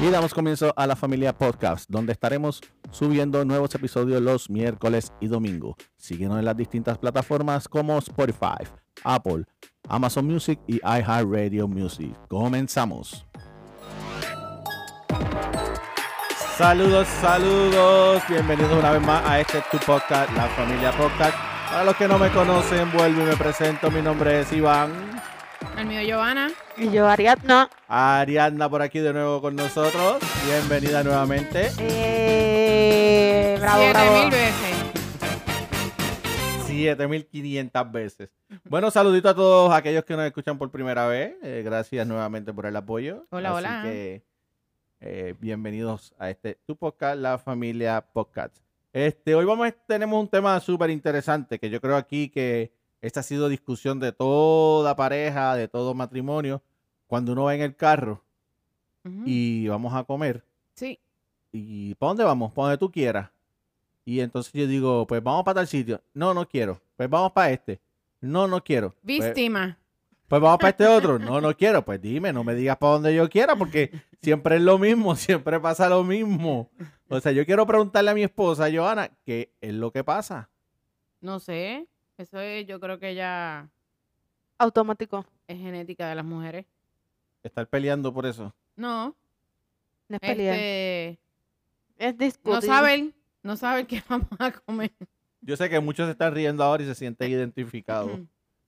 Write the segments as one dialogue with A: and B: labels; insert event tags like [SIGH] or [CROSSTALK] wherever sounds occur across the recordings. A: Y damos comienzo a la familia podcast, donde estaremos subiendo nuevos episodios los miércoles y domingo. Síguenos en las distintas plataformas como Spotify, Apple, Amazon Music y iHeartRadio Music. Comenzamos. Saludos, saludos. Bienvenidos una vez más a este tu podcast, la familia podcast. Para los que no me conocen, vuelvo y me presento. Mi nombre es Iván.
B: El mío Giovanna.
C: Y yo, Ariadna.
A: Ariadna por aquí de nuevo con nosotros. Bienvenida nuevamente.
C: Eh, bravo,
B: siete
C: bravo.
B: mil veces.
A: 7500 veces. Bueno, saludito a todos aquellos que nos escuchan por primera vez. Eh, gracias nuevamente por el apoyo.
B: Hola,
A: Así
B: hola.
A: que, eh, bienvenidos a este tu podcast, la familia podcast. Este, hoy vamos, a- tenemos un tema súper interesante que yo creo aquí que esta ha sido discusión de toda pareja, de todo matrimonio. Cuando uno va en el carro
B: Ujú.
A: y vamos a comer,
B: Sí.
A: ¿Y para dónde vamos? Para donde tú quieras. Y entonces yo digo, pues vamos para tal sitio. No, no quiero. Pues vamos para este. No, no quiero. Pues,
B: Víctima.
A: pues vamos para este otro. No, no quiero. Pues dime, no me digas para donde yo quiera, porque siempre es lo mismo, [LAUGHS] siempre pasa lo mismo. O sea, yo quiero preguntarle a mi esposa, Joana, ¿qué es lo que pasa?
B: No sé. Eso es, yo creo que ya
C: Automático.
B: es genética de las mujeres.
A: Estar peleando por eso.
B: No.
C: No es pelear.
B: Este,
C: es
B: no
C: discutir.
B: saben, no saben qué [LAUGHS] vamos a comer.
A: Yo sé que muchos se están riendo ahora y se sienten identificados.
B: Ujú.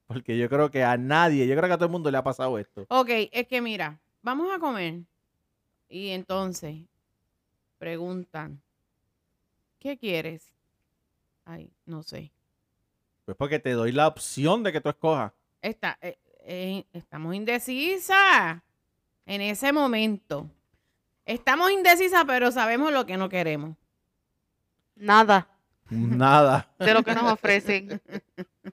A: Porque yo creo que a nadie, yo creo que a todo el mundo le ha pasado esto.
B: [LAUGHS] Ok, es que mira, vamos a comer. Y entonces preguntan, ¿qué quieres? Ay, no sé.
A: Pues porque te doy la opción de que tú escojas.
B: Está, eh, eh, estamos indecisas en ese momento. Estamos indecisas, pero sabemos lo que no queremos.
C: Nada
A: Nada.
C: de lo que nos ofrecen. [LAUGHS]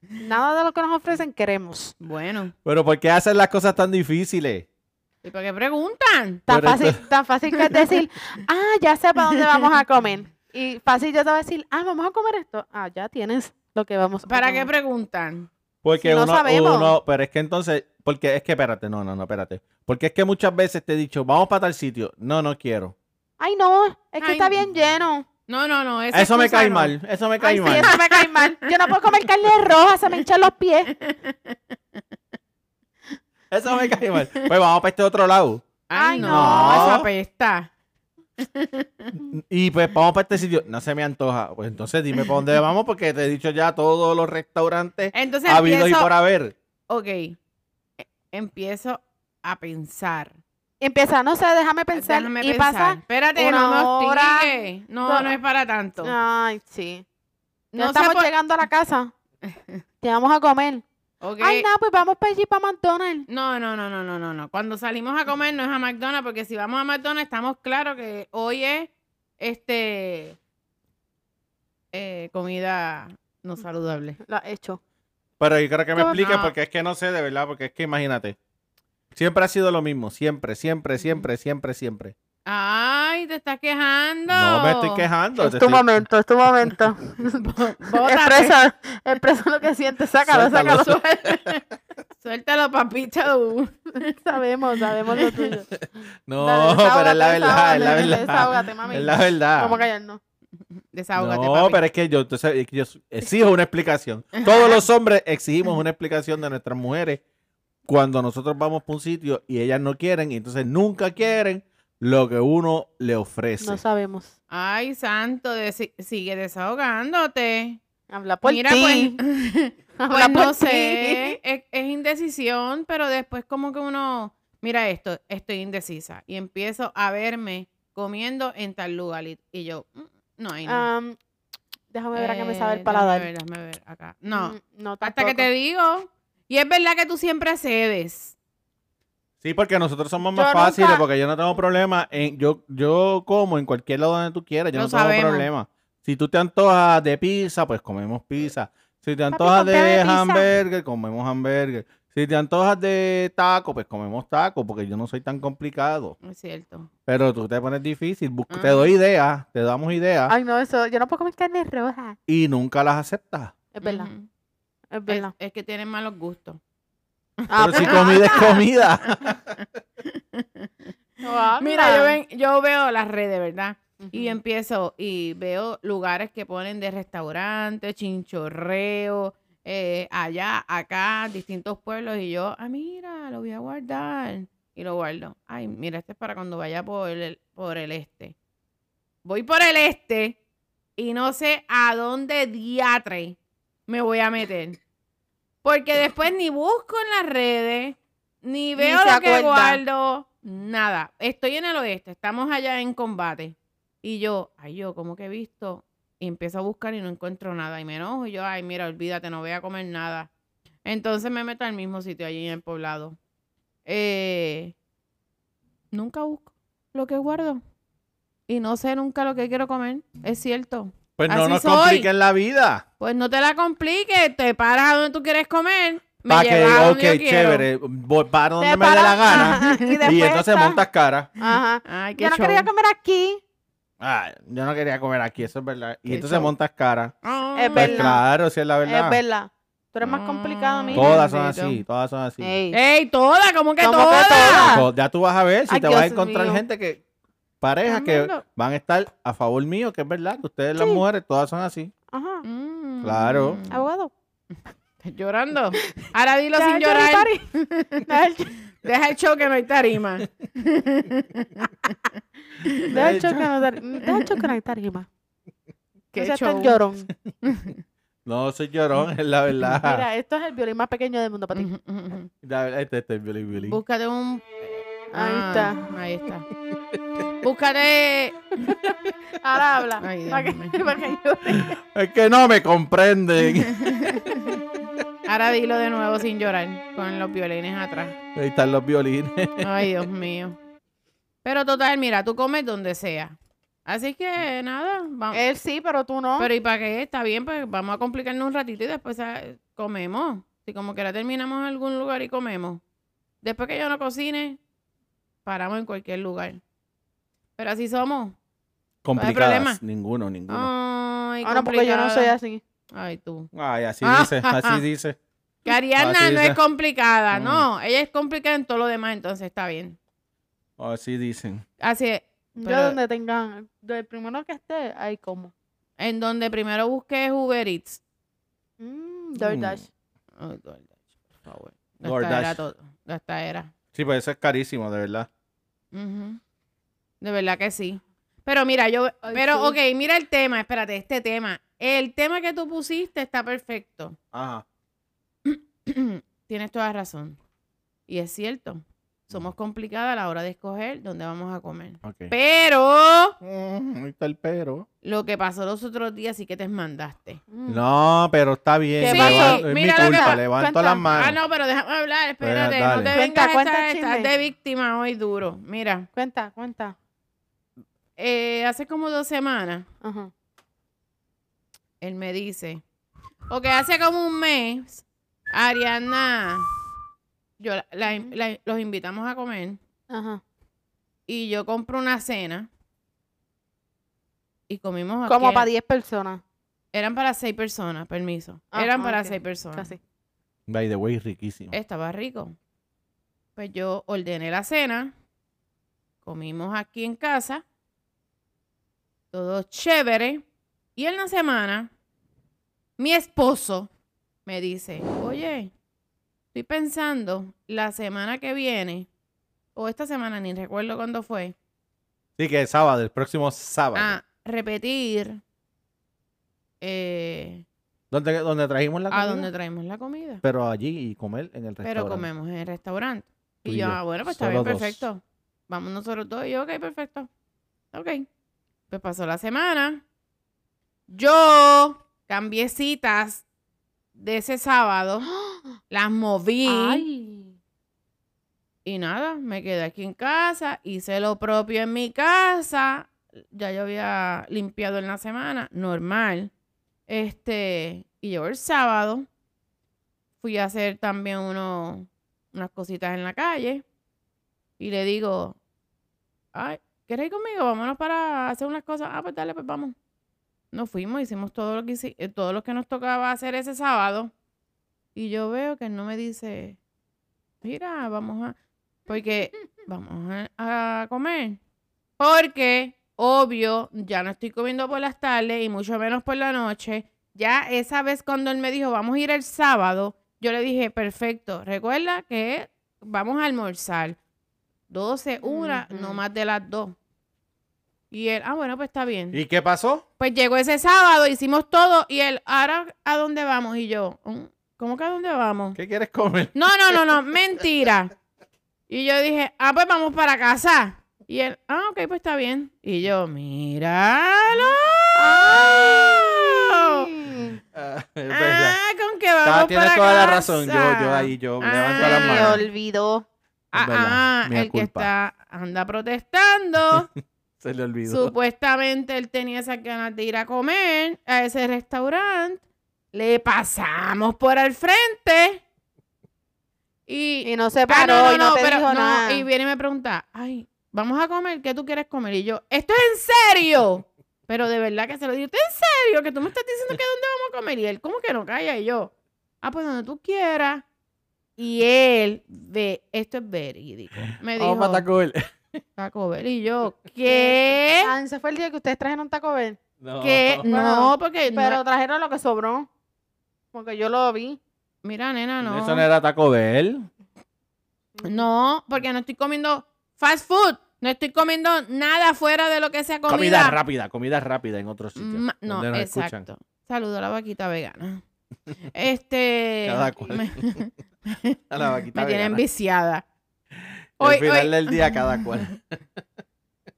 C: Nada de lo que nos ofrecen queremos.
B: Bueno,
A: Pero ¿por qué hacen las cosas tan difíciles?
B: ¿y por qué preguntan?
C: Tan
A: Pero
C: fácil, tan fácil que
A: [LAUGHS]
C: es decir, ah, ya sé para dónde vamos a comer. Y fácil yo te voy a decir, ah, vamos a comer esto. Ah, ya tienes lo que vamos a
B: ¿Para qué
C: comer.
B: preguntan?
A: Porque
C: Si no
A: uno,
C: sabemos.
A: uno- pero es que entonces, porque es que espérate, no, no, no, espérate. Porque es que muchas veces te he dicho, vamos para tal sitio. No, no quiero.
C: Ay, no, es que
B: Ay.
C: está bien lleno.
B: No, no, no. esa
A: Eso me
B: excusa
A: cae
B: no.
A: mal, eso me cae
C: Ay, sí,
A: mal.
C: eso me cae mal. Yo no puedo comer carne roja, se me hinchan los pies.
A: Eso me cae
C: [LAUGHS]
A: mal. Pues vamos para este otro lado.
B: Ay,
C: Ay,
B: no,
A: no.
B: esa pesta.
A: Y pues vamos para este sitio. No se me antoja. Pues entonces dime para dónde vamos, porque te he dicho ya todos los restaurantes
B: Entonces
A: habidos y
B: empiezo...
A: por haber.
B: Ok. e- Empiezo a pensar.
C: Empieza, no sé, déjame pensar.
B: Déjame
C: y
B: pensar.
C: pasa.
B: Espérate,
C: una
B: no me
C: hora.
B: hostigue. No, no es para tanto. No,
C: Ay, sí. No,
B: sé
C: estamos
B: por-
C: llegando a la casa. [LAUGHS] Te vamos a comer.
B: Ok.
C: Ay, no, pues vamos para allí, para McDonald's.
B: No, no, no, no, no, no, no. Cuando salimos a comer no es a McDonald's, porque si vamos a McDonald's estamos claros que hoy es este eh, comida no saludable.
C: Lo has hecho.
A: Pero yo creo que me
C: No,
A: expliques,
B: no.
A: porque es que no sé de verdad, porque es que imagínate. Siempre ha sido lo mismo. Siempre, siempre, siempre, siempre, siempre.
B: Ay, te estás quejando.
A: No me estoy quejando. te estoy-
C: momento, es tu [LAUGHS] momento.
B: [LAUGHS]
A: [LAUGHS]
B: Bótate.
C: expresa lo que sientes,
A: Suéltalo.
B: Suéltalo, Uh, papito.
C: [LAUGHS] sabemos, sabemos lo tuyo.
A: [LAUGHS] No,
C: Dale,
A: pero es
C: desahógate,
A: la verdad, es la
C: desahógate,
A: verdad.
C: Desahógate, mami.
A: Es la verdad.
C: Vamos a callarnos.
B: Desahógate,
A: no,
B: papi.
A: pero es que yo, tú sabes, es que yo exijo una explicación. Todos los hombres exigimos una explicación de nuestras mujeres cuando nosotros vamos para un sitio y ellas no quieren, y entonces nunca quieren lo que uno le ofrece.
C: No sabemos.
B: Ay, santo, desi- sigue desahogándote.
C: Habla por
B: Mira,
C: ti.
B: pues,
C: [LAUGHS] Habla
B: [LAUGHS] Pues
C: por
B: no
C: ti. [LAUGHS]
B: sé, es, es indecisión, pero después como que uno, mira esto, estoy indecisa y empiezo a verme comiendo en tal lugar y, y yo, "Mm, no hay no.
C: Am, Um, déjame ver a qué Ah, me
B: Eh,
C: sabe el
B: déjame
C: paladar.
B: ver, déjame ver acá. No,
C: Mm, no
B: hasta que
C: tampoco.
B: te digo. Y es verdad que tú siempre cedes.
A: Sí, porque nosotros somos más
C: Yo
A: fáciles,
C: nunca-
A: porque yo no tengo problema. En, yo, yo como en cualquier lado donde tú quieras, yo
B: Lo
A: no tengo
B: sabemos.
A: problema. Si tú te antojas de pizza, pues comemos pizza. Si te antojas de,
C: ponte de pizza.
A: hamburger, comemos hamburger. Si te antojas de taco, pues comemos taco, porque yo no soy tan complicado.
B: No Es cierto.
A: Pero tú te pones difícil, busca- te
B: Ah.
A: doy ideas, te damos ideas
C: Ay, no, eso. Yo no puedo comer carne roja.
A: y nunca las aceptas.
C: Es verdad.
B: Ujú.
C: Es
B: Es,
C: verdad.
B: es que tienen malos gustos.
C: Ah,
B: [LAUGHS]
A: Pero si
C: pues,
A: comida es comida.
C: Ah,
B: Mira, yo, ven- yo veo las redes, ¿verdad? Y
C: Ujú.
B: empiezo y veo lugares que ponen de restaurantes, chinchorreo, eh, allá, acá, distintos pueblos. Y yo, ah, mira, lo voy a guardar. Y lo guardo. Ay, mira, este es para cuando vaya por el, por el este. Voy por el este y no sé a dónde diatre me voy a meter. Porque después ni busco en las redes, ni veo
C: se
B: lo que
C: acuerda.
B: guardo, nada. Estoy en el oeste, estamos allá en combate. Y yo, ay, yo, como que he visto? Y empiezo a buscar y no encuentro nada. Y me enojo. Y yo, ay, mira, olvídate, no voy a comer nada. Entonces me meto al mismo sitio allí en el poblado. Eh, nunca busco lo que guardo. Y no sé nunca lo que quiero comer. Es cierto.
A: Pues no
B: Así
A: nos
B: soy.
A: compliquen la vida.
B: Pues no te la compliques, te paras a donde tú quieres comer, me
A: Pa'
B: llevas a donde yo
A: ok,
B: quiero.
A: chévere, voy para donde
C: Te
A: me dé la
C: paras,
A: gana.
C: ajá, [LAUGHS] y,
A: Y
C: después
A: entonces
C: estás-
A: montas cara.
C: Ajá.
B: Ay, qué
C: Yo no
B: show.
C: quería comer aquí.
A: Ah, yo no quería comer aquí, eso es verdad. Y
B: Qué
A: entonces
B: show.
A: montas cara.
B: Ah,
C: Es
A: Pues
C: verdad.
A: claro, si es la verdad.
C: Es verdad. Tú eres más complicado, Eh,
B: Mm.
C: mija.
A: Todas son
B: Bendito.
A: así, todas son así.
C: Ey.
B: ¡Ey, toda! ¿Cómo que
C: ¿Cómo que
B: toda?
C: toda?
A: To- Ya tú vas a ver si
C: Ay,
A: te vas a
C: Dios
A: encontrar
C: mío.
A: gente que, parejas
B: Están
A: que
B: viendo.
A: van a estar a favor mío, que es verdad, que ustedes las
C: Sí.
A: mujeres todas son así.
C: Ajá.
B: Mm.
A: Claro.
C: Abogado.
B: ¿Estás llorando? Ahora dilo sin
C: Deja el [LAUGHS]
B: llorar.
C: choripari. Deja el cho-
B: Deja el show que no hay
C: [LAUGHS]
B: tarima.
C: deja el
A: Deja el
C: chocanautar- Deja el chocanautar, Gima.
B: Qué
C: No seas tan
B: show.
A: [LAUGHS]
C: llorón.
A: No, soy llorón, es la verdad.
C: [LAUGHS] Mira, esto es el violín más pequeño del mundo para ti.
B: Ujú, ujú, ujú.
A: La verdad, Este, este es Billy Billy.
B: Búscate un...
C: Ahí
B: Ah,
C: está.
B: Ahí está. Búscate...
C: Ahora habla.
B: Ay,
C: para
B: Dios
C: que-
B: mío.
C: para que llore.
A: Es que no me comprenden. [LAUGHS]
B: Ahora dilo de nuevo sin llorar, con los violines atrás.
A: Ahí están los
C: [LAUGHS]
A: violines.
B: Ay, Dios mío. Pero total, mira, tú comes donde sea. Así que nada, vamos.
C: Él sí, pero tú Eh, no.
B: Pero ¿y para qué? Está bien, pues vamos a complicarnos un ratito y después ¿sabes? comemos. Si como que terminamos en algún lugar y comemos. Después que yo no cocine, paramos en cualquier lugar. Pero así somos. problema?
A: Complicadas. Ninguno, ninguno.
B: Ay,
C: Ah, no, porque yo no soy
B: complicada.
C: así.
B: Ay, tú.
A: Ay, así
B: Ah,
C: [LAUGHS]
A: dice, así dice.
B: Que Ariana
A: Así
B: no
A: dice.
B: es complicada,
A: Mm.
B: no. Ella es complicada en todo lo demás, entonces está bien.
A: Así dicen.
B: Así es.
C: Yo
B: Pero-
C: donde tengan, del primero que esté, ahí como.
B: En donde primero busqué es Uber Eats.
C: Mm, DoorDash.
B: Oh, DoorDash, por favor.
A: DoorDash.
B: Gasta era todo. Gasta era.
A: Sí, pues eso es carísimo, de verdad.
B: Ujú. De verdad que sí. Pero mira, yo.
C: Ay,
B: pero, ok,
C: sí.
B: mira el tema. Espérate, este tema. El tema que tú pusiste está perfecto. [CLEARS THROAT]
A: Ajá.
B: Tienes toda razón. Y es cierto. Somos complicadas a la hora de escoger dónde vamos a comer.
A: Ok.
B: Pero
A: Mm, ahí está el pero.
B: lo que pasó los otros días sí que te mandaste.
C: Mm.
A: No, pero está bien.
C: ¿Qué
A: me
C: pasó?
A: levanto- es mi
B: Mira lo que-
A: culpa, levanto
C: cuenta.
A: las manos.
B: Ah, no, pero déjame hablar, espérate.
A: dale.
B: no te
C: Cuenta,
B: vengas a
C: cuenta
B: estar-
C: el
B: estás
C: chisme.
B: de víctima hoy duro. Mira.
C: Cuenta, cuenta.
B: eh, hace como dos semanas,
C: Ajá.
B: él me dice, o que hace como un mes, Ariana, yo la- la- la- los invitamos a comer
C: Ajá.
B: y yo compro una cena y comimos
C: Como
B: aquí-
C: para 10 personas.
B: Eran para seis personas, permiso.
C: Ah,
B: eran
C: ah,
B: para
C: ok.
B: seis personas.
C: Casi.
A: By the way, riquísimo.
B: Estaba rico. Pues yo ordené la cena, comimos aquí en casa, todo chévere. Y en la semana, mi esposo me dice, oye, estoy pensando la semana que viene, o esta semana, ni recuerdo cuándo fue,
A: Sí, que es sábado, el próximo sábado.
B: a repetir eh,
A: Donde, donde trajimos la
B: a
A: comida.
B: donde traemos la comida.
A: Pero allí y comer en el restaurante.
B: Ah, Pero comemos en el restaurante.
A: Tú
B: Y
A: y
B: yo,
A: yo,
B: ah, bueno, pues está
A: solo
B: bien,
A: dos.
B: perfecto. Vamos nosotros dos. Y yo, ok, perfecto. Ok. Pues pasó la semana. Yo cambié citas de ese sábado. Las
C: [GASPS]
B: moví.
C: Ay.
B: Y nada, me quedé aquí en casa. Hice lo propio en mi casa. Ya yo había limpiado en la semana. Normal. Este, y yo el sábado fui a hacer también uno, unas cositas en la calle. Y le digo, ay, ¿quieres ir conmigo? Vámonos para hacer unas cosas. Ah, pues dale, pues vamos. Nos fuimos, hicimos todo lo que hici- eh, todo lo que nos tocaba hacer ese sábado. Y yo veo que él no me dice, mira, vamos a. Porque vamos a, a comer. Porque, obvio, ya no estoy comiendo por las tardes y mucho menos por la noche. Ya esa vez cuando él me dijo, vamos a ir el sábado, yo le dije, perfecto, recuerda que vamos a almorzar. 12, una, no
C: Ujú.
B: más de las 2. Y él, ah, bueno, pues está bien.
A: ¿Y qué pasó?
B: Pues llegó ese sábado, hicimos todo y él, ahora, ¿a dónde vamos? Y yo, "Mm, ¿cómo que a dónde vamos?
A: ¿Qué quieres comer?
B: No, no, no, no, mentira. Y yo dije, ah, pues vamos para casa. Y él, ah, ok, pues está bien. Y yo, míralo.
A: [LAUGHS] Ah, es verdad.
B: Ah, con que vamos
A: Ah,
B: para
A: tienes toda la
B: casa.
A: razón. Yo, yo ahí, yo
B: Ah.
A: levanto
C: Se
A: las
C: me
A: manos.
C: olvidó.
B: Ah,
A: verdad,
B: ah,
A: mea
B: el que
A: culpa.
B: está, anda protestando.
A: Se le olvidó.
B: Supuestamente él tenía esas ganas de ir a comer a ese restaurante. Le pasamos por al frente. Y,
C: Y no se
B: Ah,
C: paró y no, te dijo nada.
B: Y viene y me pregunta, ay, vamos a comer, ¿qué tú quieres comer? Y yo, esto es en
C: [LAUGHS]
B: serio. Pero de verdad que se lo digo, ¿esto es en serio? Que tú me estás diciendo que dónde vamos a comer. Y él, ¿cómo que no calla? Y yo, ah, pues donde tú quieras. Y él, ve, esto es verídico. Me dijo,
A: Vamos para Taco Bell.
B: Taco Bell. Y
C: [LAUGHS]
B: yo, ¿qué?
C: Ah, ese fue el día que ustedes trajeron Taco Bell.
A: [LAUGHS] No. [LAUGHS]
B: ¿Qué? No,
C: Bueno,
B: porque, no-
C: Pero trajeron lo que sobró. Porque yo lo vi.
B: mira, nena, no.
A: Eso no era Taco Bell.
B: No, porque no estoy comiendo fast food. No estoy comiendo nada fuera de lo que sea
A: Comida.
B: comida.
A: rápida, comida rápida en otros sitios.
B: Ma- no,
A: donde nos
B: exacto.
A: escuchan.
B: Saludo a la vaquita vegana. Este.
A: Cada cual. [LAUGHS]
B: Me,
A: A la vaquita
B: me tienen
A: vegana.
B: viciada.
A: Al
B: Hoy,
A: final
B: hoy-
A: del día, cada cual.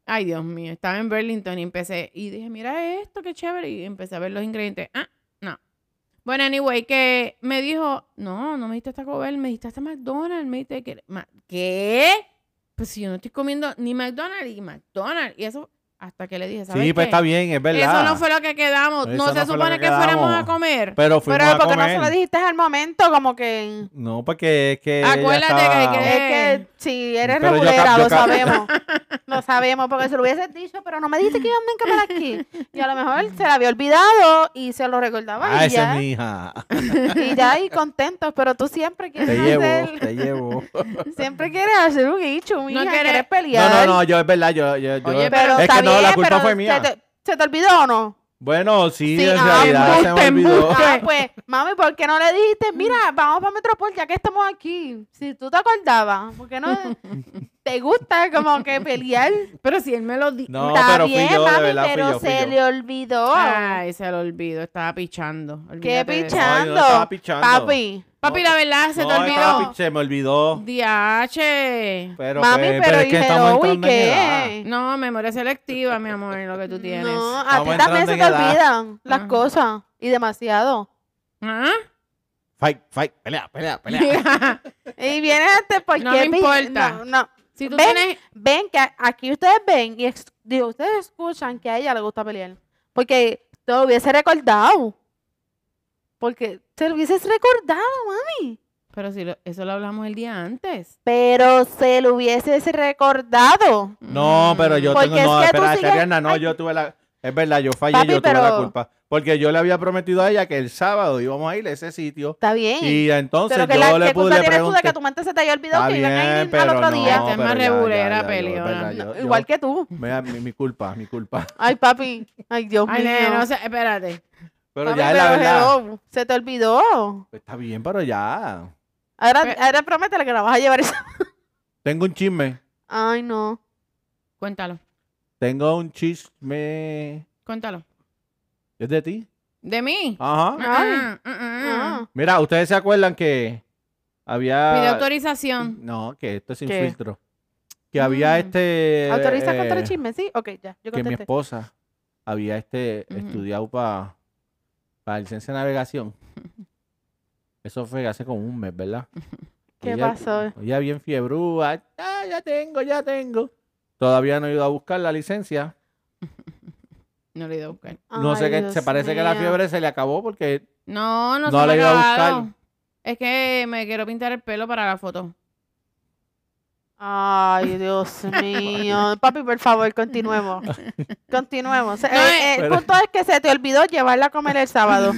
B: Ay, Dios mío. Estaba en Burlington y empecé. Y dije, mira esto, qué chévere. Y empecé a ver los ingredientes. Ah, no. Bueno, anyway, que me dijo, no, no me diste Taco Bell, me diste hasta McDonald's. Me diste que. ma- ¿Qué? Pues si yo no estoy comiendo ni McDonald's y McDonald's. Y eso, hasta que le dije, ¿sabes
A: Sí, pues
B: qué?
A: está bien, es verdad.
B: Eso no fue lo que quedamos.
A: Eso
B: no se
A: no fue lo
B: supone
A: que
B: que, fuéramos a
A: quedamos.
B: comer.
A: Pero fuimos
C: Pero
A: a
C: porque no se lo
A: comer.
C: dijiste al momento, como que.
A: No, porque es que. ella
B: Acuérdate que-
A: estaba-
C: Eh.
B: que-
C: Es que si eres
A: Pero yo cap-
C: regulera,
A: yo
C: lo
A: cap- [LAUGHS]
C: sabemos. lo sabemos, porque se lo hubieses dicho, pero no me dijiste que iban a comer aquí. Y a lo mejor se la había olvidado y se lo recordaba
A: Ah,
C: y,
A: esa
C: ya,
A: es mi hija.
C: y ya ahí contentos, pero tú siempre quieres
A: Te llevo,
C: hacer,
A: te llevo.
C: siempre quieres hacer un guicho, mija,
B: No
C: no
B: quieres-
C: quieres
A: No,
C: pelear.
A: no, no, yo es verdad, yo, yo, yo-
B: Oye,
C: Pero
A: es
C: está
A: que no, la
C: bien,
A: culpa
C: pero
A: fue
C: ¿se
A: mía.
C: te- ¿Se te olvidó o no?
A: Bueno, sí,
C: Sí,
A: en
C: ah,
A: realidad se me
B: embuste,
A: olvidó.
B: embuste.
C: Ah, pues, mami, ¿por qué no le dijiste, mira, vamos para Metropol, ya que estamos aquí? Si tú te acordabas, ¿por
A: [LAUGHS]
C: qué no te gusta como que pelear?
B: Pero si él me lo dijo.
A: No,
C: Está
A: pero fui
C: bien,
A: yo, de
C: mami,
A: verdad, fui
C: pero
A: yo, fui
C: se
A: yo.
C: le olvidó.
B: Ay, se lo olvido. Estaba pichando. Olvídate de eso.
C: picha-
A: No, yo no estaba
C: pichando,
A: pichando.
C: Papi,
B: Papi, la verdad, se
A: No,
B: te
A: estaba
B: olvidó.
A: pi- se me olvidó.
B: DH.
A: Pero,
C: mami,
A: pues,
C: pero,
A: pero es que
C: dije,
A: estamos
C: "Uy,
A: entrando en edad.
C: ¿qué?
B: No, memoria selectiva, mi amor, lo que tú tienes. Ah.
C: No, a
A: Estamos
C: ti también
A: entrando
C: se
A: en
C: te
A: edad.
C: olvidan las
B: Ajá.
C: cosas y demasiado.
B: ¿Ah?
A: Fight, fight, pelea, pelea, pelea.
B: Mira,
C: Y viene este, ¿por
B: No
C: qué
B: me
C: pi-
B: importa.
C: No, no.
B: [LAUGHS] si tú
C: Ven.
B: tienes.
C: Ven, que aquí ustedes ven y ex- digo, ustedes escuchan que a ella le gusta pelear. Porque te lo hubiese recordado. Porque te lo hubieses recordado, mami.
B: Pero si lo- eso lo hablamos el día antes.
C: Pero se lo hubieses recordado.
A: No, pero yo
C: Mm. Porque
A: tengo.
C: es
A: No,
C: que tú
A: espera,
C: sigues-
A: Ariana, no,
C: Ay.
A: yo tuve la. Es verdad, yo fallé,
C: Papi,
A: yo tuve la
C: pero-
A: culpa. Porque yo le había prometido a ella que el sábado íbamos a ir a ese sitio.
C: Está bien.
A: Y entonces
C: pero que
A: yo
C: la
A: le
C: que
A: pude
C: culpa tienes tú de que
A: preguntar.
C: tu mente se te haya olvidado
A: Está
C: que iban a
A: bien,
C: ir al
A: pero
C: otro
A: no.
C: día.
B: Este
A: pero
B: es más
A: ya, ya,
B: regulera,
A: ya, yo,
B: peleona.
A: verdad, yo-
C: No,
A: yo-
C: Igual que tú.
A: Mira, mi, mi culpa, mi
C: [LAUGHS]
A: culpa.
C: Ay, papi. Ay, Dios
B: Ay,
C: mío.
B: nena, no sé, espérate.
A: Pero
C: Papi,
A: ya es la
C: pero
A: verdad.
C: hello, se te olvidó.
A: Pues está bien, pero ya.
C: Ahora,
B: Pe-
C: ahora prométele que la vas a llevar esa.
A: Tengo un chisme.
C: Ay, no.
B: Cuéntalo,
A: Tengo un chisme.
B: cuéntalo.
A: ¿Es de ti?
B: ¿De mí?
A: Ajá.
B: Ah, ah, ah, ah.
C: No.
A: Mira, ustedes se acuerdan que había.
B: Pide autorización.
A: No, que esto es sin
C: ¿Qué?
A: filtro. Que había
B: Mm.
A: este.
C: ¿Autorizas contra
A: eh,
C: el chisme? Sí, ok, ya. Yo
A: Que mi
C: contesté.
A: esposa había este
B: Ujú.
A: estudiado para licencia de
C: [LAUGHS]
A: navegación. Eso fue hace como un mes, ¿verdad?
C: ¿Qué
A: Ella-
C: pasó?
A: Ella bien fiebrúa. Ah, ya tengo, ya tengo. Todavía no he ido a buscar la licencia.
B: No le he ido a buscar.
A: No sé
C: Ay,
A: qué,
C: Dios
A: se parece que la
C: mío.
A: fiebre se le acabó porque
B: No, no,
A: No
B: se me
A: la
B: ha
A: iba a buscar.
B: acabado. Es que me quiero pintar el pelo para la foto.
C: Ay,
A: [LAUGHS]
C: Dios mío. Papi, por favor, continuemos. Continuemos. Eh, eh, el
A: Pero-
C: punto es que se te olvidó llevarla a comer el
B: [LAUGHS]
C: sábado.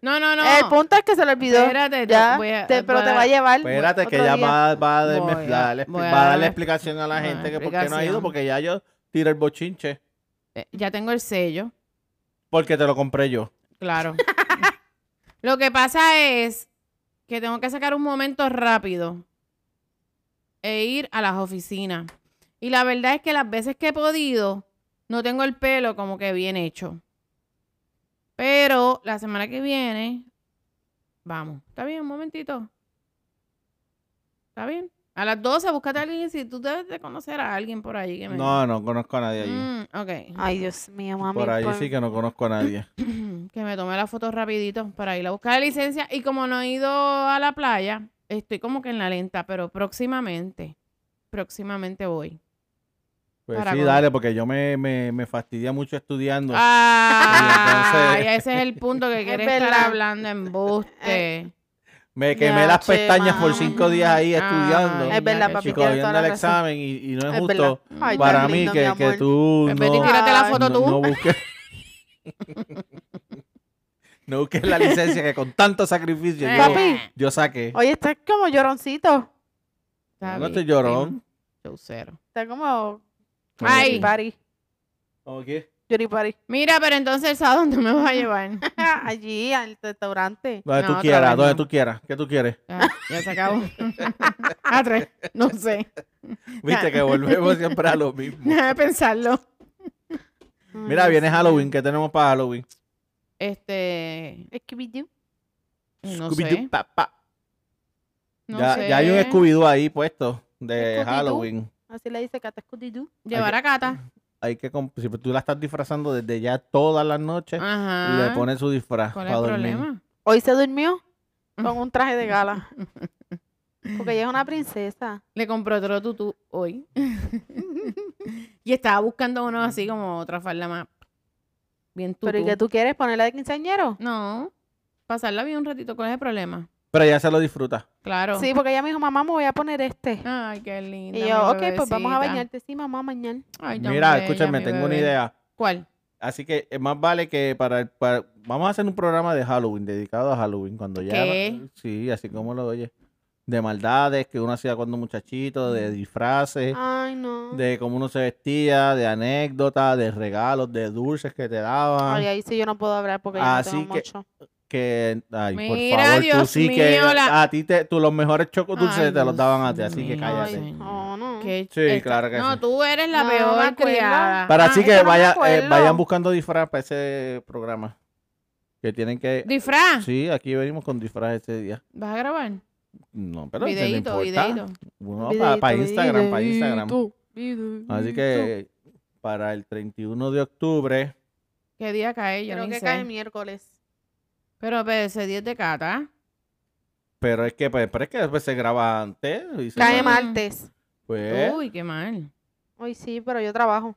B: No, no, no.
C: El punto es que se le olvidó.
B: Espérate, te
C: ya,
B: voy a-
C: te- pero te
B: voy
C: va
B: a-
C: a llevar.
A: Espérate, que
C: otro
A: ya
C: día.
A: va, va a
B: Voy a-
A: desmezclar,
B: voy a
A: va a darle
B: darme-
A: explicación a la
B: voy a
A: gente
B: dar
A: que por qué no ha ido,
B: explicación.
A: porque ya yo tiro el bochinche,
B: Eh, Ya tengo el sello,
A: porque te lo compré yo.
B: claro. [LAUGHS] Lo que pasa es que tengo que sacar un momento rápido e ir a las oficinas. Y la verdad es que las veces que he podido, no tengo el pelo como que bien hecho. Pero la semana que viene, vamos. ¿Está bien? Un momentito. ¿Está bien? A las 12, búscate a alguien. Si tú debes de conocer a alguien por allí. Que me...
A: No, no conozco a nadie allí.
B: Mm, ok.
C: Ay, Dios mío, mami.
A: por allí
C: por-
A: sí que no conozco a nadie.
B: [CLEARS THROAT] que me tomé la foto rapidito para ir a buscar la licencia y como no he ido a la playa, estoy como que en la lenta, pero próximamente, próximamente voy.
A: Pues
B: Para
A: sí,
B: con-
A: dale, porque yo me, me, me fastidia mucho estudiando.
B: Ah,
A: entonces-
B: ese es Eh, el punto que quieres
C: verdad.
B: estar hablando en buste.
A: me quemé las
C: yache,
A: pestañas por
C: mami.
A: cinco días ahí
B: Ay,
A: estudiando.
C: Es verdad,
B: ya,
C: papi,
A: y
B: chico.
C: tienes
A: corriendo
C: toda la
A: el
C: razón.
A: examen y, y no es,
C: Es verdad.
A: justo
B: Ay, tan
A: para mí
C: lindo,
A: que,
C: mi
A: que
C: amor.
A: tú
B: En vez de
A: no,
B: Mm. tírate la
C: Ay,
B: foto
A: no,
B: tú.
A: no busques [LAUGHS] no busques la licencia que con tanto sacrificio
B: Eh,
A: yo,
C: Papi,
A: yo saqué.
C: Oye, estás como lloroncito.
B: está
A: no estoy
B: bien,
A: llorón.
B: chaucero.
C: Está como
B: Ay.
C: Yuri Party.
A: ¿Cómo que?
C: Yuri Party.
B: Mira, pero entonces el sábado no me vas a llevar.
C: [LAUGHS] Allí, al restaurante.
A: Donde
B: No,
A: tú
B: otra
A: quieras,
B: vez
A: donde
B: no.
A: tú quieras. ¿Qué tú quieres?
B: [LAUGHS] Ya, ya se [LAUGHS] acabó. a tres, no
A: [LAUGHS]
B: sé.
A: Viste que volvemos siempre a lo mismo.
B: [LAUGHS] Déjame pensarlo.
A: Mira,
C: Ay,
A: viene
C: Dios
A: Halloween.
C: mío.
A: ¿Qué tenemos para Halloween?
B: Este,
C: Scooby-Doo.
B: no
A: Scooby-Doo,
B: sé.
A: pa, pa.
B: no
A: ya,
B: sé.
A: ya hay un Scooby-Doo ahí puesto
C: Scooby-Doo.
A: de Halloween.
C: Así le dice Cata Scooby-Doo.
B: Llevar a Cata.
C: [LAUGHS]
A: Hay que comp- si tú la estás disfrazando desde ya todas las noches,
B: Ajá.
A: le pones su disfraz
B: Ah. ¿Cuál
A: para
B: es el
A: dormir.
B: problema?
C: Hoy se durmió con un traje de gala. Porque ella es una princesa.
B: Le compró otro tutú hoy. [LAUGHS] y estaba buscando uno así como otra falda más. Bien tutú.
C: Pero ¿y que tú quieres ponerla de quinceañero?
B: No. Pasarla bien un ratito. ¿Cuál es el problema?
A: Pero ya se lo disfruta.
B: Claro.
C: Sí, porque ella me dijo, mamá, me voy a poner este.
B: Ay, qué linda.
C: Y
B: mi
C: yo, ok, pues vamos a
B: bebecita.
C: bañarte. Sí, mamá, mañana.
B: Ay, tan
A: Mira,
B: bella,
A: escúchame,
B: mi
A: tengo una
B: bebé.
A: idea.
B: ¿Cuál?
A: Así que eh, más vale que para, el- para- Vamos a hacer un programa de Halloween, dedicado a Halloween, cuando ya...
B: ¿Qué?
A: Sí, así como lo oye. De maldades que uno hacía cuando muchachito,
B: Mm.
A: de disfraces.
B: Ah.
C: Ay, no.
A: de cómo uno se vestía, de anécdotas, de regalos, de dulces que te daban.
C: Ay, ahí sí yo no puedo hablar porque yo no
A: Así
C: tengo
A: que-
C: mucho.
A: Que, ay,
B: Mira,
A: por favor, tú
B: Dios
A: sí que
B: mío, la-
A: a ti te, tú los mejores chocos dulces
B: Ay,
A: te los
B: Dios
A: daban a ti, así que
B: mío,
A: cállate.
B: señor.
C: Oh, no.
B: Que
A: Sí, claro que
B: no,
A: sí.
B: tú eres la
C: No, me
B: peor
C: acuerdo.
B: criada.
A: Para
B: Ah,
A: así
C: es
A: que
C: que no me
A: vaya, eh,
C: acuerdo.
A: vayan buscando disfraz para ese programa. Que tienen que...
B: ¿Disfraz?
A: Sí, aquí venimos con disfraz este día.
B: ¿Vas a grabar?
A: No, pero eso
B: Videito,
A: no
B: videito.
A: importa. Uno para, para Instagram, para Instagram. Así que para el 31 de octubre,
B: ¿Qué día cae? Yo
C: Creo
B: ni
C: que
B: sé.
C: cae miércoles.
B: Pero, pero ese día es de cata.
A: pero es que, pues, pero es que después se graba antes. y se-
C: Cae
B: Mm.
C: martes.
A: Pues,
B: Uy, qué mal.
C: Hoy sí, pero yo trabajo.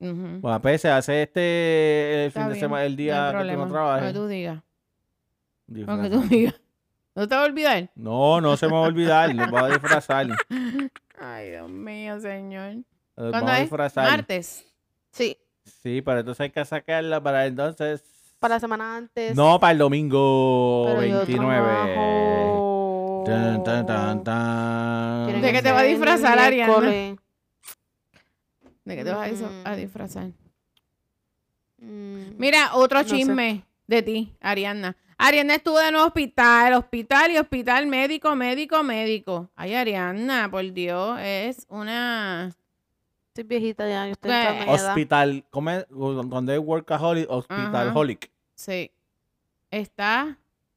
B: Ujú.
A: Bueno, pues se hace este el
B: Está
A: fin de
B: bien,
A: semana, el
B: no
A: día
B: hay
A: que tú
B: problema.
A: no
B: Lo que
A: trabajes.
B: tú digas. Lo que tú
A: Disfraza.
B: digas. No te va a olvidar. [LAUGHS]
A: No, no se me va a olvidar, nos vamos a disfrazar. Nos
B: Ay, Dios mío, señor.
A: vamos
B: ¿Cuándo
A: a
B: es?
A: disfrazar.
B: Martes.
C: Sí,
A: Sí, pero entonces hay que sacarla para entonces.
C: para la semana antes.
A: No, para el domingo
C: pero yo
A: 29.
C: trabajo.
A: Tan, tan, tan,
C: Tiene
A: tan.
B: ¿De qué te va a
C: ser el
B: disfrazar, Ariana?
C: miércoles.
B: ¿De qué te vas a dis-
C: Mm.
B: a disfrazar?
C: Mm.
B: Mira, otro
C: No sé.
B: chisme de ti, Ariana. Ariana estuvo en el hospital, hospital y hospital médico, médico, médico. Ay, Ariana, por Dios, es una...
C: Estoy viejita ya, Ah, yo estoy
B: Pues,
C: entrando en edad.
A: Hospital, ¿cómo es? Cuando es workaholic, hospitalholic.
B: Sí. Está...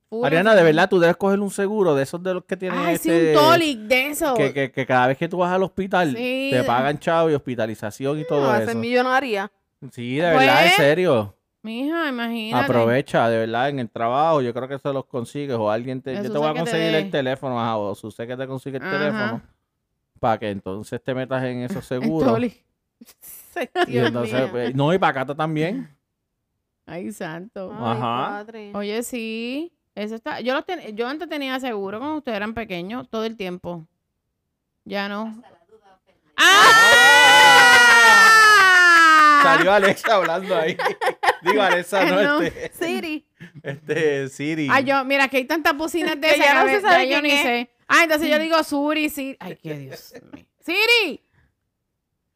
B: full
A: Ariana, de
B: enferma.
A: verdad, tú debes coger un seguro de esos de los que tienen
B: Ay, sí,
A: este-
B: un tolic de eso.
A: que, que- que cada vez que tú vas al hospital
B: Sí.
A: te pagan chavo y hospitalización y todo
C: No,
A: eso.
C: ser millonaria.
A: Sí, de verdad, en
B: Pues,
A: serio.
B: Mija, imagínate.
A: Aprovecha, de verdad, en el trabajo. Yo creo que se los consigues o alguien te...
B: Que
A: Yo te voy a
B: Susa que te
A: conseguir
B: dé.
A: el teléfono, ajá, o Susa que te consigue el
B: Ajá.
A: teléfono para que entonces te metas en
B: [LAUGHS]
A: esos
B: El
A: seguros.
B: tolic. [LAUGHS]
A: Y entonces, pues, no, y para Cata también.
B: Ay, santo.
A: Ajá.
B: Oye, sí. Eso está. Yo, los ten- yo antes tenía seguro cuando ustedes eran pequeños, todo el tiempo. Ya no. ¡Ah!
A: Salió Alexa hablando
B: [LAUGHS]
A: ahí. Digo, Alexa, no,
B: No.
A: Este,
C: Siri.
A: este Siri.
B: Ay, yo, mira, que hay tantas bocinas de
C: Que
B: esas que
C: ya
B: a
C: no se
B: veces
C: sabe
B: yo
C: quién
B: ni
C: es.
B: sé. Ah, entonces yo le digo Suri, Siri. Ay, qué Dios mío. ¡Siri!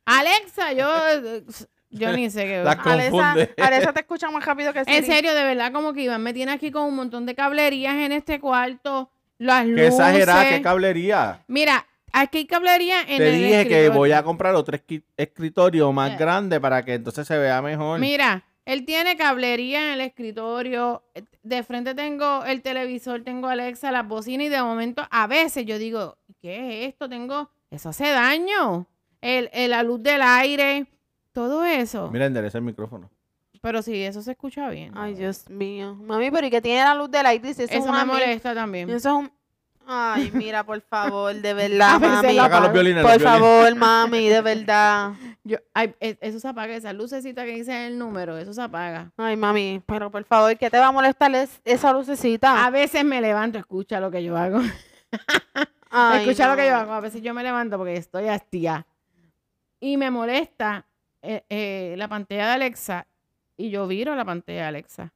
B: Alexa, yo, eh, yo ni sé qué.
A: La-
C: Alexa,
A: Confunde.
C: Alexa te escucha más rápido que Siri.
B: En serio, de verdad, como que Iván me tiene aquí con un montón de cablerías en este cuarto. Las luces.
A: Qué exagerada, qué cablería.
B: Mira, aquí hay cablería en
A: Te
B: el
A: dije que
B: escritorio.
A: voy a comprar otro esqui- escritorio más
B: Ya.
A: grande para que entonces se vea mejor.
B: Mira, él tiene cablería en el escritorio. De frente tengo el televisor, tengo Alexa, las bocinas y de momento a veces yo digo, ¿qué es esto? Tengo, eso hace daño. El, el- la luz del aire, todo eso.
A: Mira, Ah, endereza el micrófono.
B: Pero sí, eso se escucha bien.
C: Ay, Dios mío. Mami, pero ¿y que tiene la luz del aire? Dice, eso, es
B: eso
C: un
B: me
C: ambi-
B: molesta
C: Eso
B: también.
C: es un... Ay, mira, por
B: [LAUGHS]
C: favor, de verdad,
B: A veces
C: mami.
B: la
A: Saca los
B: apago.
A: violines. los
C: Por
A: violines.
C: favor, mami, de verdad.
B: Yo- ay, e- eso se apaga, esa lucecita que dice el número, eso se apaga.
C: Ay, mami, pero por favor, ¿qué te va a molestar es- esa lucecita?
B: A veces me levanto, escucha lo que yo hago. [LAUGHS]
C: Ay,
B: Escucha lo que yo
C: no.
B: hago. A veces yo me levanto porque estoy hastía. Y me molesta eh, eh, la pantalla de Alexa. Y yo viro la pantalla de Alexa.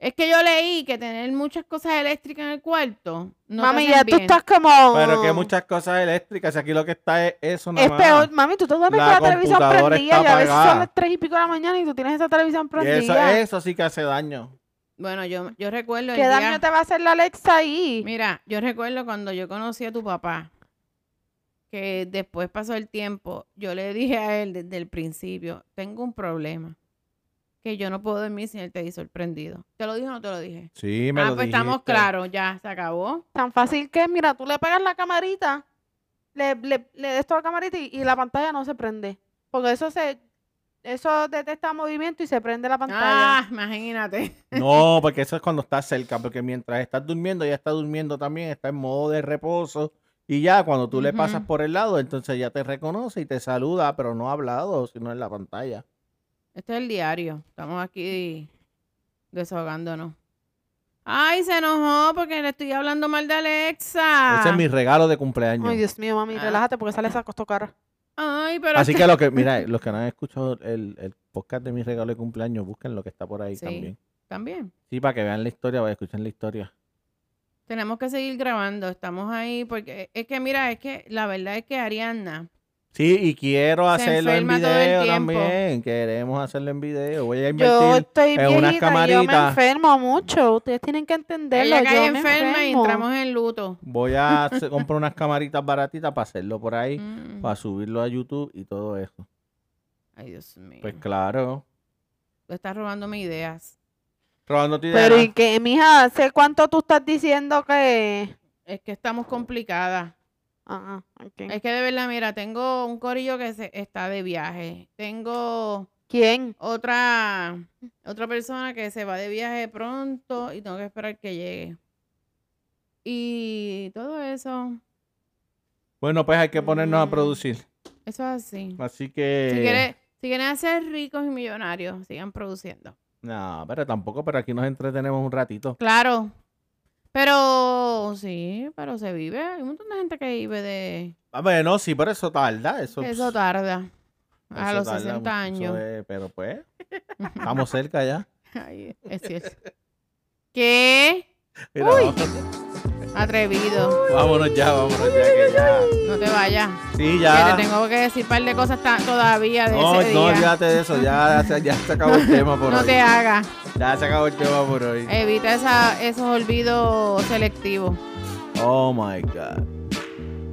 B: Es que yo leí que tener muchas cosas eléctricas en el cuarto. No te
C: mami,
B: hacen
C: ya tú
B: bien.
C: estás como...
A: Pero que muchas cosas eléctricas. Aquí lo que está es eso nada
C: Es
A: más.
C: peor, mami, tú te duermes
A: La
C: con la televisión
A: computadora
C: prendida
A: está
C: y a veces
A: apagada.
C: son las tres y pico de la mañana y tú tienes esa televisión
A: Y eso,
C: prendida.
A: eso sí que hace daño.
B: Bueno, yo, yo recuerdo. el
C: ¿Qué
B: día-
C: daño te va a hacer la Alexa ahí?
B: Mira, yo recuerdo cuando yo conocí a tu papá, que después pasó el tiempo, yo le dije a él desde el principio, tengo un problema, que yo no puedo dormir sin el televisor prendido. ¿Te lo dije o no te lo dije?
A: Sí, me
B: ah,
A: lo
B: pues estamos
A: dijiste.
B: claros, [LAUGHS] ya, se acabó.
C: Tan fácil que, es, mira, tú le pegas la camarita, le, le, le des toda la camarita y, y la pantalla no se prende. Porque eso se... Eso detecta movimiento y se prende la pantalla.
B: Ah, imagínate. [LAUGHS]
A: No, porque eso es cuando estás cerca, porque mientras estás durmiendo, ya está durmiendo también, está en modo de reposo. Y ya cuando tú le pasas
B: Ujú.
A: por el lado, entonces ya te reconoce y te saluda, pero no ha hablado, sino en la pantalla.
B: Este es el diario, estamos aquí desahogándonos. Ay, se enojó porque le estoy hablando mal de Alexa.
A: Ese es mi regalo de cumpleaños.
C: Ay, Dios mío, mami,
B: Ah.
C: relájate porque sale esa costo cara.
B: Ay, pero
A: Así
B: este-
A: que los
B: [LAUGHS]
A: que, mira, los que no han escuchado el, el podcast de mi regalo de cumpleaños, busquen lo que está por ahí
B: Sí.
A: también.
B: también.
A: Sí, para que vean la historia, para que escuchen la historia.
B: Tenemos que seguir grabando, estamos ahí, porque es que mira, es que la verdad es que Arianna,
A: Sí, y quiero
B: Se
A: hacerlo en
B: enferma todo el
A: video
B: tiempo.
A: también. Queremos hacerlo en video. Voy a
C: Yo
A: invertir.
C: estoy
A: en unas
C: viejita y yo me
A: camaritas.
C: enfermo mucho. Ustedes tienen que entenderlo.
B: ella cae
C: yo me
B: enferma y
C: enfermo.
B: entramos en luto.
A: Voy a hacer- comprar unas camaritas baratitas para hacerlo por ahí,
B: Mm.
A: para subirlo a YouTube y todo eso.
B: Ay, Dios mío.
A: Pues claro.
B: Tú estás robándome ideas.
A: Robando tu idea.
C: Pero y que, mija, ¿hace cuánto tú estás diciendo que...?
B: Es que estamos complicadas.
C: Ah, ok.
B: Es que de verdad, mira, tengo un corillo que se, está de viaje. Tengo
C: ¿Quién?
B: otra otra persona que se va de viaje pronto y tengo que esperar que llegue. Y todo eso,
A: Bueno, pues hay que ponernos
C: Mm.
A: a producir.
B: eso es así.
A: Así que.
B: Si quieren, si quieren hacer ricos y millonarios, sigan produciendo.
A: No, pero tampoco, pero aquí nos entretenemos un ratito.
B: Claro. Pero sí, pero se vive. Hay un montón de gente que vive de.
A: Ah, Bueno, sí, pero eso tarda. Eso,
B: Eso tarda. A
A: eso
B: los
A: tarda
B: 60
A: mucho,
B: años.
A: eso es- pero pues, estamos cerca ya.
B: [LAUGHS] Ay, es cierto. ¿Qué?
A: Mira, vámonos,
B: Atrevido.
A: vámonos ya, vámonos ya, que ya.
B: No te vayas.
A: Sí,
B: Que
A: ya.
B: te tengo que decir un par de cosas ta- todavía de
A: No,
B: ese
A: no,
B: día.
A: olvídate de eso. Ya, se- ya se acabó el tema por
B: No
A: hoy.
B: te hagas. Eh.
A: Ya se acabó el tema por hoy.
B: Evita esa- esos olvidos selectivos.
A: Oh my God.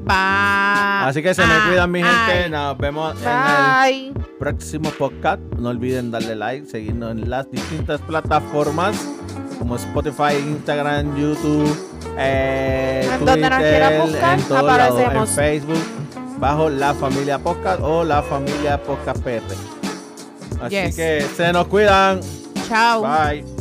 B: Va.
A: Así que se me
B: Ah,
A: cuidan, mi gente.
B: ay.
A: Nos vemos en
C: Bye.
A: el próximo podcast. No olviden darle like, seguirnos en las distintas plataformas como Spotify, Instagram, YouTube, eh,
C: En donde nos quieran
A: Twitter,
C: buscar,
A: en todos lados, en
C: aparecemos.
A: Facebook, bajo la familia podcast o la familia podcast PR. Así
B: Yes.
A: que se nos cuidan.
B: Chao.
A: Bye.